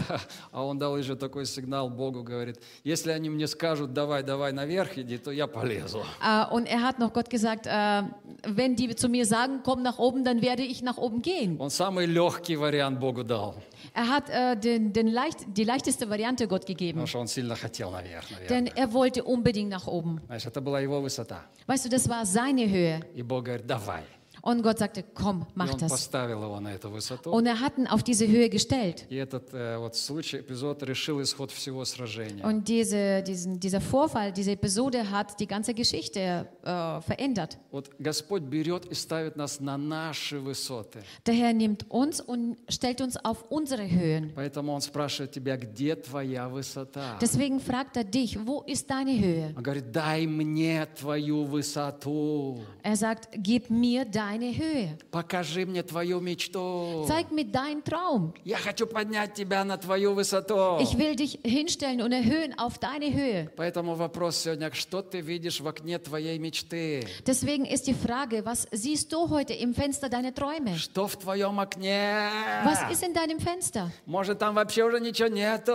А он дал еще такой сигнал Богу, говорит, если они мне скажут, давай, давай наверх иди, то я полезу. Äh, und er hat noch Gott gesagt, äh, wenn die zu mir sagen, komm nach oben, dann werde ich nach oben gehen. Он самый легкий вариант Богу дал. Er hat äh, den, den leicht, die leichteste Variante Gott gegeben, Потому что он сильно хотел наверх. наверх. denn er wollte unbedingt nach oben. Знаешь, это была его высота. Weißt du, das war seine Höhe. И Бог говорит, давай. Und Gott sagte, komm, И mach он das. поставил его на эту высоту. Und er hat ihn auf diese Höhe gestellt. И этот э, вот случай, эпизод решил исход всего сражения. Und diese, diesen, dieser Vorfall, diese Episode hat die ganze Geschichte äh, verändert. Вот Господь берет и ставит нас на наши высоты. Der Herr nimmt uns und stellt uns auf unsere Höhen. Поэтому Он спрашивает тебя, где твоя высота? Deswegen fragt er dich, wo ist deine Höhe? Он говорит, дай мне твою высоту. Er sagt, gib mir deine Höhe. Покажи мне твою мечту. Zeig mir deinen Traum. Я хочу поднять тебя на твою высоту. Ich will dich hinstellen und erhöhen auf deine Höhe. Поэтому вопрос сегодня, что ты видишь в окне твоей мечты? Deswegen ist die Frage, was siehst du heute im Fenster deiner Träume? Что в твоем окне? Ah. Was ist in deinem Fenster? Может, там вообще уже ничего нету?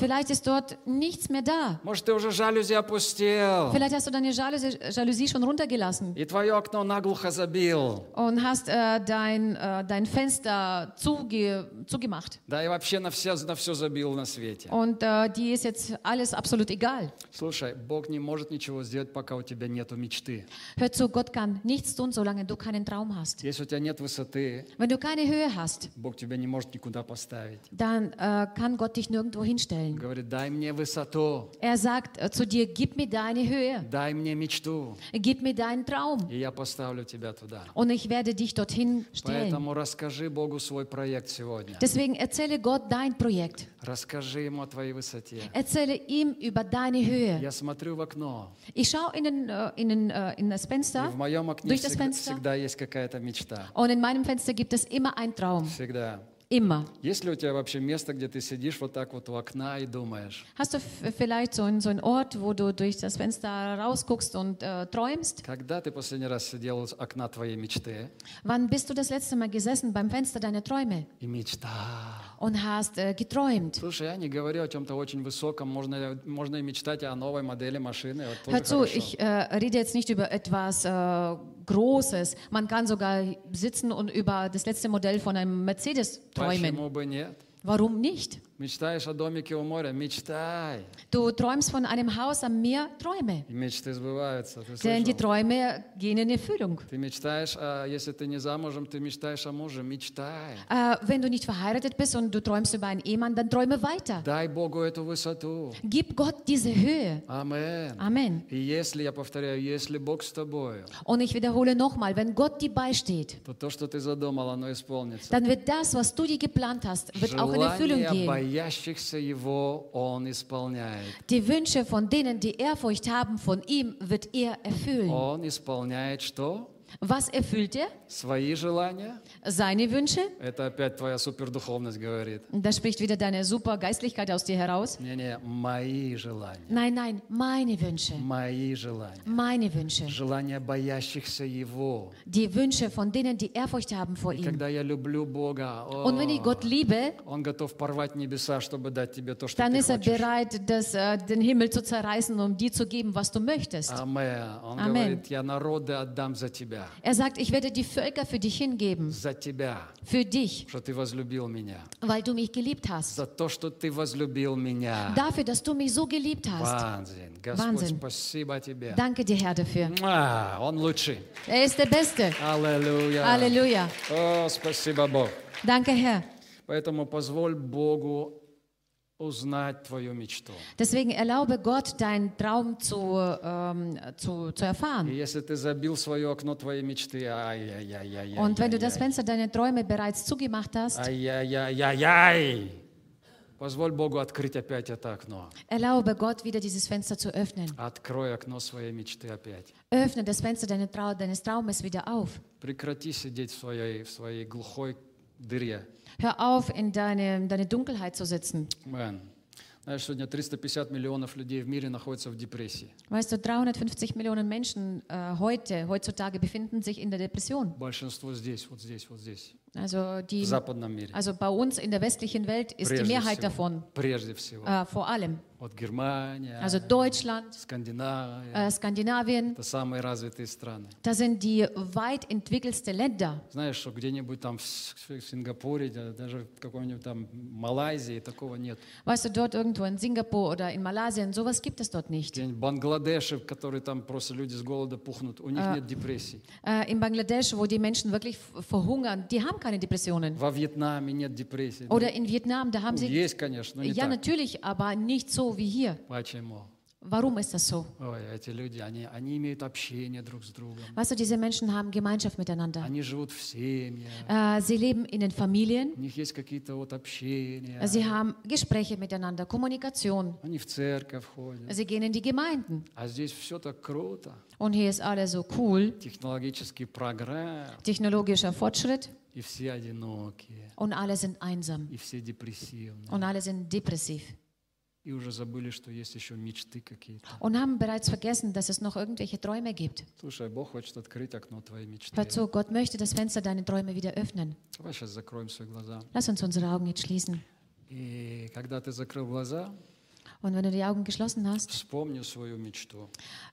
Vielleicht ist dort nichts mehr da. Может, ты уже жалюзи опустил? Vielleicht hast du deine Jalousie, Jalousie schon runtergelassen И твое окно наглухо забил? und hast äh, dein, äh, dein Fenster zuge zugemacht. Да и вообще на все, на все забил на свете. Und äh, dir ist jetzt alles absolut egal. Слушай, Бог не может ничего сделать, пока у тебя нет мечты. Hör zu, Gott kann nichts tun, solange du keinen Traum hast. Если у тебя нет высоты, Wenn du keine Höhe hast, Бог тебя не может никуда поставить. dann äh, kann Gott dich nirgendwo Он hinstellen. говорит, дай мне высоту, Er sagt äh, zu dir, gib mir deine Höhe, дай мне мечту, gib mir deinen Traum и я поставлю тебя туда. und ich werde dich dorthin stellen. Поэтому расскажи Богу свой проект сегодня. Deswegen erzähle Gott dein Projekt. Расскажи Ему о твоей высоте. Erzähle ihm über deine Höhe. Я смотрю в окно, Ich schaue in, den, äh, in, den, äh, in das и Fenster в моем окне Durch das всегда, Fenster? всегда есть какая-то мечта. und in meinem Fenster gibt es immer einen Traum. Всегда. Immer. Есть ли у тебя вообще место, где ты сидишь вот так вот у окна и думаешь, Hast du f- vielleicht so einen, so einen Ort, wo du durch das Fenster rausguckst und äh, träumst? когда ты последний раз сидел у окна твоей мечты Wann bist du das letzte Mal gesessen beim Fenster deiner Träume и мечта? und hast äh, geträumt? Слушай, я не говорю о чем-то очень высоком, можно, можно и мечтать о новой мodели машины. вот тоже Hör zu, хорошо. ich äh, rede jetzt nicht über etwas äh, Großes. Man kann sogar sitzen und über das letzte Modell von einem Mercedes träumen. Почему бы нет? Warum nicht? Мечтаешь о домике у моря? Мечтай. Du träumst von einem Haus am Meer, träume. И мечты сбываются. Ты, Denn die слышал? Träume gehen in Erfüllung. Ты мечтаешь, а если ты не замужем, ты мечтаешь о муже. Мечтай. Äh, wenn du nicht verheiratet bist und du träumst über einen Ehemann, dann träume weiter. Дай Богу эту высоту. Gib Gott diese Höhe. Амен. Amen. И если, я повторяю, если Бог с тобою, Und ich wiederhole nochmal, wenn Gott dir beisteht, то то, что ты задумал, оно исполнится. dann wird das, was du dir geplant hast, wird auch in Erfüllung Желания gehen. боящихся Его Он исполняет. Die Wünsche von denen, die Ehrfurcht haben, von ihm wird er erfüllen. Он исполняет что? Was erfüllt er? Свои желания? Seine Wünsche? Это опять твоя супердуховность говорит. Da spricht wieder deine super Geistlichkeit aus dir heraus. Не-не, мои желания. Nein, nein, meine Wünsche. Мои желания. Meine Wünsche. Желания боящихся Его. Die Wünsche von denen, die Ehrfurcht haben vor И ihm. когда я люблю Бога, о, Und wenn ich Gott liebe, Он готов порвать небеса, чтобы дать тебе то, что dann ты ist er хочешь. bereit, das, äh, den Himmel zu zerreißen, um dir zu geben, was du möchtest. Ah. Амен. Он Амен. говорит, я народы отдам за тебя. Er sagt, ich werde die Völker für dich hingeben, За тебя, für dich, что ты возлюбил меня. weil du mich geliebt hast. За то, что ты возлюбил меня. Dafür, dass du mich so geliebt hast. Ванзин, Господь, Ванзин. спасибо тебе. Danke dir, Herr, dafür. Муа, Он лучший. Er ist der Beste. Аллилуйя. Halleluja. О, спасибо, Бог. Danke, Herr. Поэтому позволь Богу узнать твою мечту. Deswegen erlaube Gott, deinen Traum zu, ähm, zu, zu И erfahren. если ты забил свое окно твоей мечты, ай-яй-яй-яй-яй. Und wenn du das Fenster deiner Träume bereits zugemacht hast, Ай-яй-яй-яй-яй. Позволь Богу открыть опять это окно. erlaube Gott, wieder dieses Fenster zu öffnen. Открой окно своей мечты opять. Öffne das Fenster deiner Trau deines Traumes wieder auf. Прекрати сидеть в своей, в своей глухой дыре. Hör auf, in deine, deine Dunkelheit zu sitzen. Мэн. Знаешь, сегодня 350 миллионов людей в мире находятся в депрессии. Weißt du, 350 Millionen Menschen äh, heute, heutzutage befinden sich in der Depression. Большинство здесь, вот здесь, вот здесь. Also, в die, западном мире. also bei uns in der westlichen Welt ist die Прежде Mehrheit всего. davon, Прежде всего. äh, vor allem. Вот Германия, Also Deutschland, Скандинавия, äh, Skandinavien, это самые развитые страны. das sind die weit entwickelsten Länder. Знаешь, что где-нибудь там в С- в Сингапуре, да, даже в каком-нибудь там Малайзии такого нет. Weißt du, dort irgendwo in Singapur oder in Malaysia, sowas gibt es dort nicht. Где-нибудь в Бангладеше, в которые там просто люди с голода пухнут, у них нет депрессий. Äh, in Bangladesch, wo die Menschen wirklich f- verhungern, die haben keine Depressionen. Во Вьетнаме нет депрессий. Oder in Vietnam, da haben Ну, sie. есть, конечно, но не Ja, так. natürlich, aber nicht so wie hier. Почему? Warum ist das so? Ой, эти люди, они, они имеют общение друг с другом. Weißt du, diese Menschen haben Gemeinschaft miteinander. Они живут в семьях. Äh, sie leben in den Familien, У них есть какие-то вот общения. sie haben Gespräche miteinander, Kommunikation. Они в церковь ходят. Sie gehen in die Gemeinden. А здесь все так круто. Und hier ist alles so cool, Технологический прогресс. technologischer Fortschritt И все одинокие. und alle sind einsam И все депрессивные. und alle sind depressiv И уже забыли, что есть еще мечты какие-то. und haben bereits vergessen, dass es noch irgendwelche Träume gibt. Слушай, Бог хочет открыть окно твоей мечты. Hör zu, Gott möchte das Fenster deiner Träume wieder öffnen. Давай сейчас закроем свои глаза. Lass uns unsere Augen jetzt schließen. И когда ты закрыл глаза, Und wenn du die Augen geschlossen hast, вспомни свою мечту.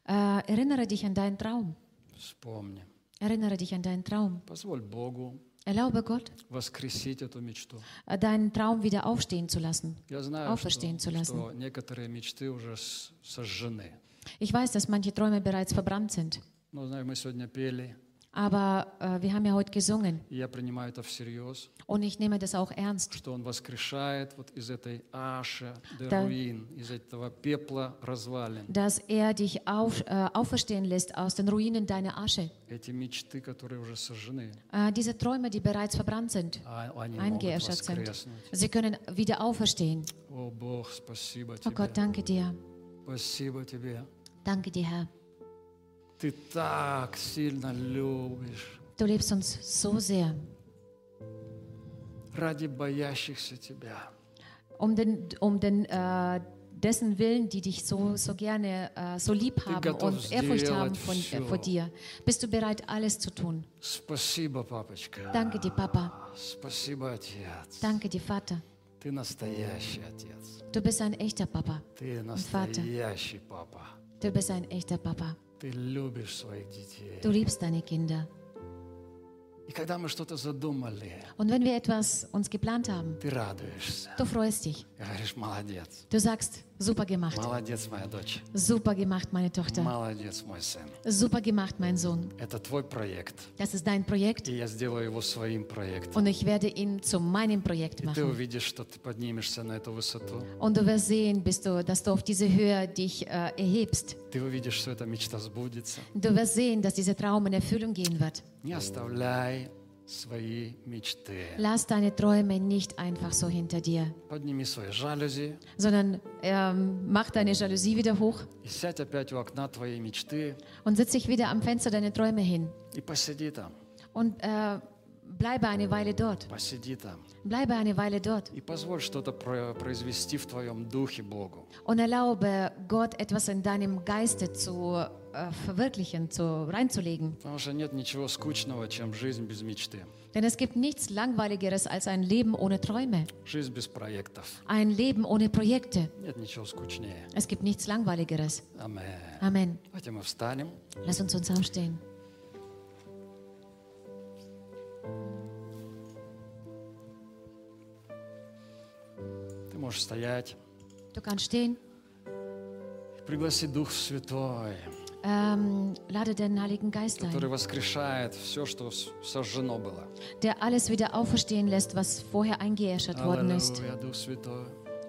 äh, erinnere dich an deinen Traum. Вспомни. Erinnere dich an deinen Traum. Позволь Богу Erlaube Gott, воскресить эту мечту. äh, deinen Traum wieder aufstehen zu lassen. Я знаю, что, Auferstehen zu lassen. что некоторые мечты уже с- сожжены. Ich weiß, dass manche Träume bereits verbrannt sind, Но, знаю, мы сегодня пели, aber äh, wir haben ja heute gesungen и я принимаю это всерьез, und ich nehme das auch ernst, что Он воскрешает вот из этой аши, де Да. руин, из этого пепла развалин. dass er dich auf, äh, auferstehen lässt aus den Ruinen deiner Asche. Эти мечты, которые уже сожжены, Äh, diese Träume, die bereits verbrannt sind, а- они могут eingeäschert sind, воскреснуть. sie können wieder auferstehen. О, Бог, спасибо Oh Gott, Тебе. danke dir. Спасибо Тебе. Danke dir, Herr. Ты так сильно любишь. Du liebst uns so sehr. Ради боящихся Тебя. Um den, um den äh, dessen Willen, die dich so, so gerne, äh, so lieb haben готов und Ehrfurcht сделать haben von, äh, всё. vor dir, bist du bereit, alles zu tun. Спасибо, папочка. Danke dir, Papa. Спасибо, Отец. Danke dir, Vater. Ты настоящий отец. Du bist ein echter Papa. Ты Vater. настоящий папа. Du bist ein echter Papa. Ты любишь своих детей. Du liebst deine Kinder. И когда мы что-то задумали, Und wenn wir etwas uns geplant haben, ты радуешься. du freust dich. И говоришь, молодец. Du sagst, super gemacht. Молодец, моя дочь. Super gemacht, meine Tochter. Молодец, мой сын. Super gemacht, mein Sohn. Это твой проект. Das ist dein Projekt И я сделаю его своим проектом. und ich werde ihn zu meinem Projekt И ты machen. увидишь, что ты поднимешься на эту высоту. Und du wirst sehen, bist du, dass du auf diese Höhe dich äh, erhebst. Ты увидишь, что эта мечта сбудется. Du wirst sehen, dass dieser Traum in Erfüllung gehen wird. Не оставляй свои мечты. Lass deine Träume nicht einfach so hinter dir, Подними свои жалюзи sondern ähm, mach deine Jalousie wieder hoch и сядь опять у окна твоей мечты und setz dich wieder am Fenster deiner Träume hin. и посиди там. Und äh, bleibe eine Weile dort. Посиди там Bleibe eine Weile dort и позволь что-то про- произвести в твоем духе Богу. und erlaube Gott etwas in deinem Geiste zu äh, verwirklichen, zu reinzulegen. Потому что нет ничего скучного, чем жизнь без мечты. Denn es gibt nichts langweiligeres als ein Leben ohne Träume, Жизнь без проектов. ein Leben ohne Projekte. Нет ничего скучнее. Es gibt nichts langweiligeres. Амен. Amen. Давайте мы встанем. Lass uns uns aufstehen. Ты можешь стоять. Du kannst stehen. Пригласи Дух Святой, Ähm, lade den Heiligen Geist который ein, воскрешает все, что с- сожжено было. der alles wieder auferstehen lässt, was vorher eingeäschert worden ist. Аллилуйя, Дух Святой.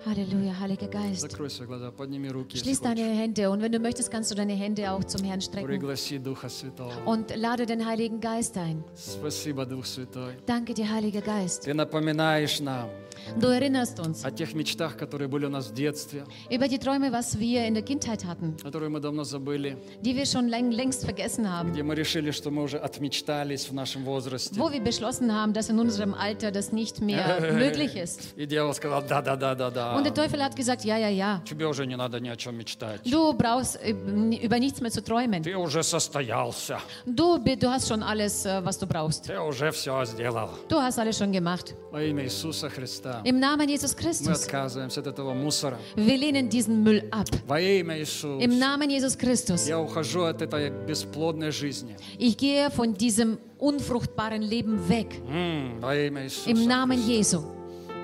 Halleluja, Heiliger Geist. Закрой свои глаза, подними руки. если Schließ deine хочешь. Hände und wenn du möchtest, kannst du deine Hände auch zum Herrn strecken Пригласи Духа Святого. und lade den Heiligen Geist ein. Спасибо, Дух Святой. Danke dir, Heiliger Geist. Ты напоминаешь нам, Du erinnerst uns о тех мечтах, которые были у нас в детстве, über die Träume, was wir in der Kindheit hatten, которые мы давно забыли, die wir schon läng längst vergessen haben, где мы решили, что мы уже отмечтались в нашем возрасте. wo wir beschlossen haben, dass in unserem Alter das nicht mehr möglich ist. И дьявол сказал, Und der да-да-да-да-да, Teufel hat gesagt, ja, ja, ja, тебе уже не надо ни о чем мечтать. du brauchst äh, über nichts mehr zu träumen. Ты уже состоялся, Du, bi- du hast schon alles, äh, was du brauchst. ты уже все сделал. Du hast alles schon gemacht. Во имя Иисуса Христа Im Namen Jesus мы Christus. отказываемся от этого мусора. Wir lehnen diesen Müll ab. Во имя Иисуса Im Namen Jesus Christus. я ухожу от этой бесплодной жизни. Ich gehe von diesem unfruchtbaren Leben weg. М, Во имя Im Иисуса. Namen Jesu.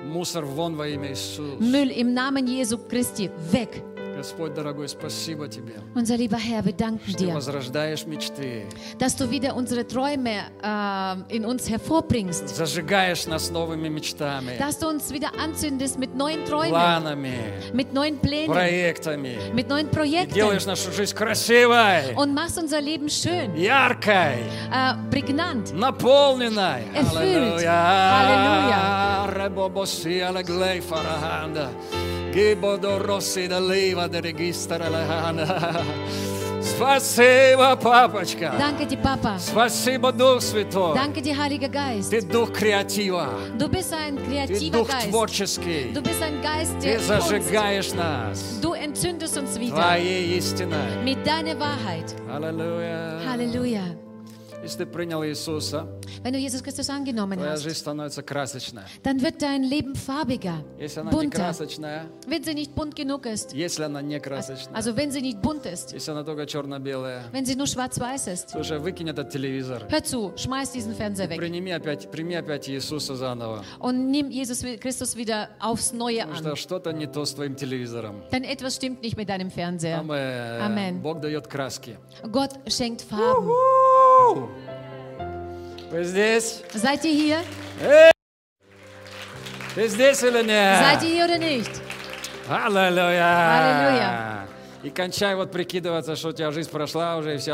Мусор вон во имя Иисуса. Müll im Namen Jesu Christi. Weg. Господь дорогой, спасибо тебе. Unser lieber Herr, wir danken Ты dir, возрождаешь мечты, dass du wieder unsere Träume äh, in uns hervorbringst. зажигаешь нас новыми мечтами, Dass du uns wieder anzündest mit neuen Träumen, планами, mit neuen Plänen, проектами. mit neuen И делаешь Projekten. нашу жизнь красивой, Und machst unser Leben schön, яркой, äh, prägnant. наполненной. Erfüllt. Аллилуйя. Ребобоси алеглей фараханда. Гибодороси далива дерегистра лаханда. Спасибо, папочка. Danke dir, Papa. Спасибо, Дух Святой. Danke dir, Heiliger Geist. Ты дух креатива, Du bist ein ты kreativer дух Geist. творческий. Du bist ein Geist Ты der Kunst. зажигаешь нас Du entzündest uns wieder твоей истиной. mit deiner Wahrheit. Аллилуйя. Halleluja. Если ты принял Иисуса, Wenn du Jesus Christus angenommen твоя hast, жизнь становится красочная. dann wird dein Leben farbiger, Если она не bunter. красочная, Wenn sie nicht bunt genug ist, если она не красочная, also wenn sie nicht bunt ist, если она только черно-белая, wenn sie nur schwarz-weiß ist. слушай, выкинь этот телевизор. Hör zu, schmeiß diesen Fernseher weg Прими опять, primi опять Иисуса заново. und nimm Jesus Christus wieder aufs Neue Потому что an. что-то не то с твоим телевизором. Denn etwas stimmt nicht mit deinem Fernseher. Амен. Амен. Бог дает краски. Gott schenkt Farben. У! Вы здесь? Seid ihr hier? Эй! Ты здесь или нет? Seid ihr hier oder nicht? Аллилуйя! Аллилуйя. И кончай вот прикидываться, что у тебя жизнь прошла уже и все.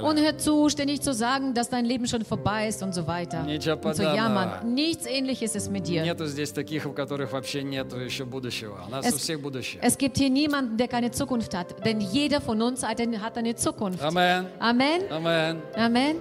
Und hört zu, ständig zu sagen, dass dein Leben schon vorbei ist und so weiter. Nichts Und zu Verdammter. jammern. Nichts ähnliches ist mit dir. Нету здесь таких, у которых вообще нету еще будущего. У нас Es- у всех будущее. Es gibt hier niemanden, der keine Zukunft hat, denn jeder von uns hat eine, hat eine Zukunft. Амен. Amen. Амен. Amen.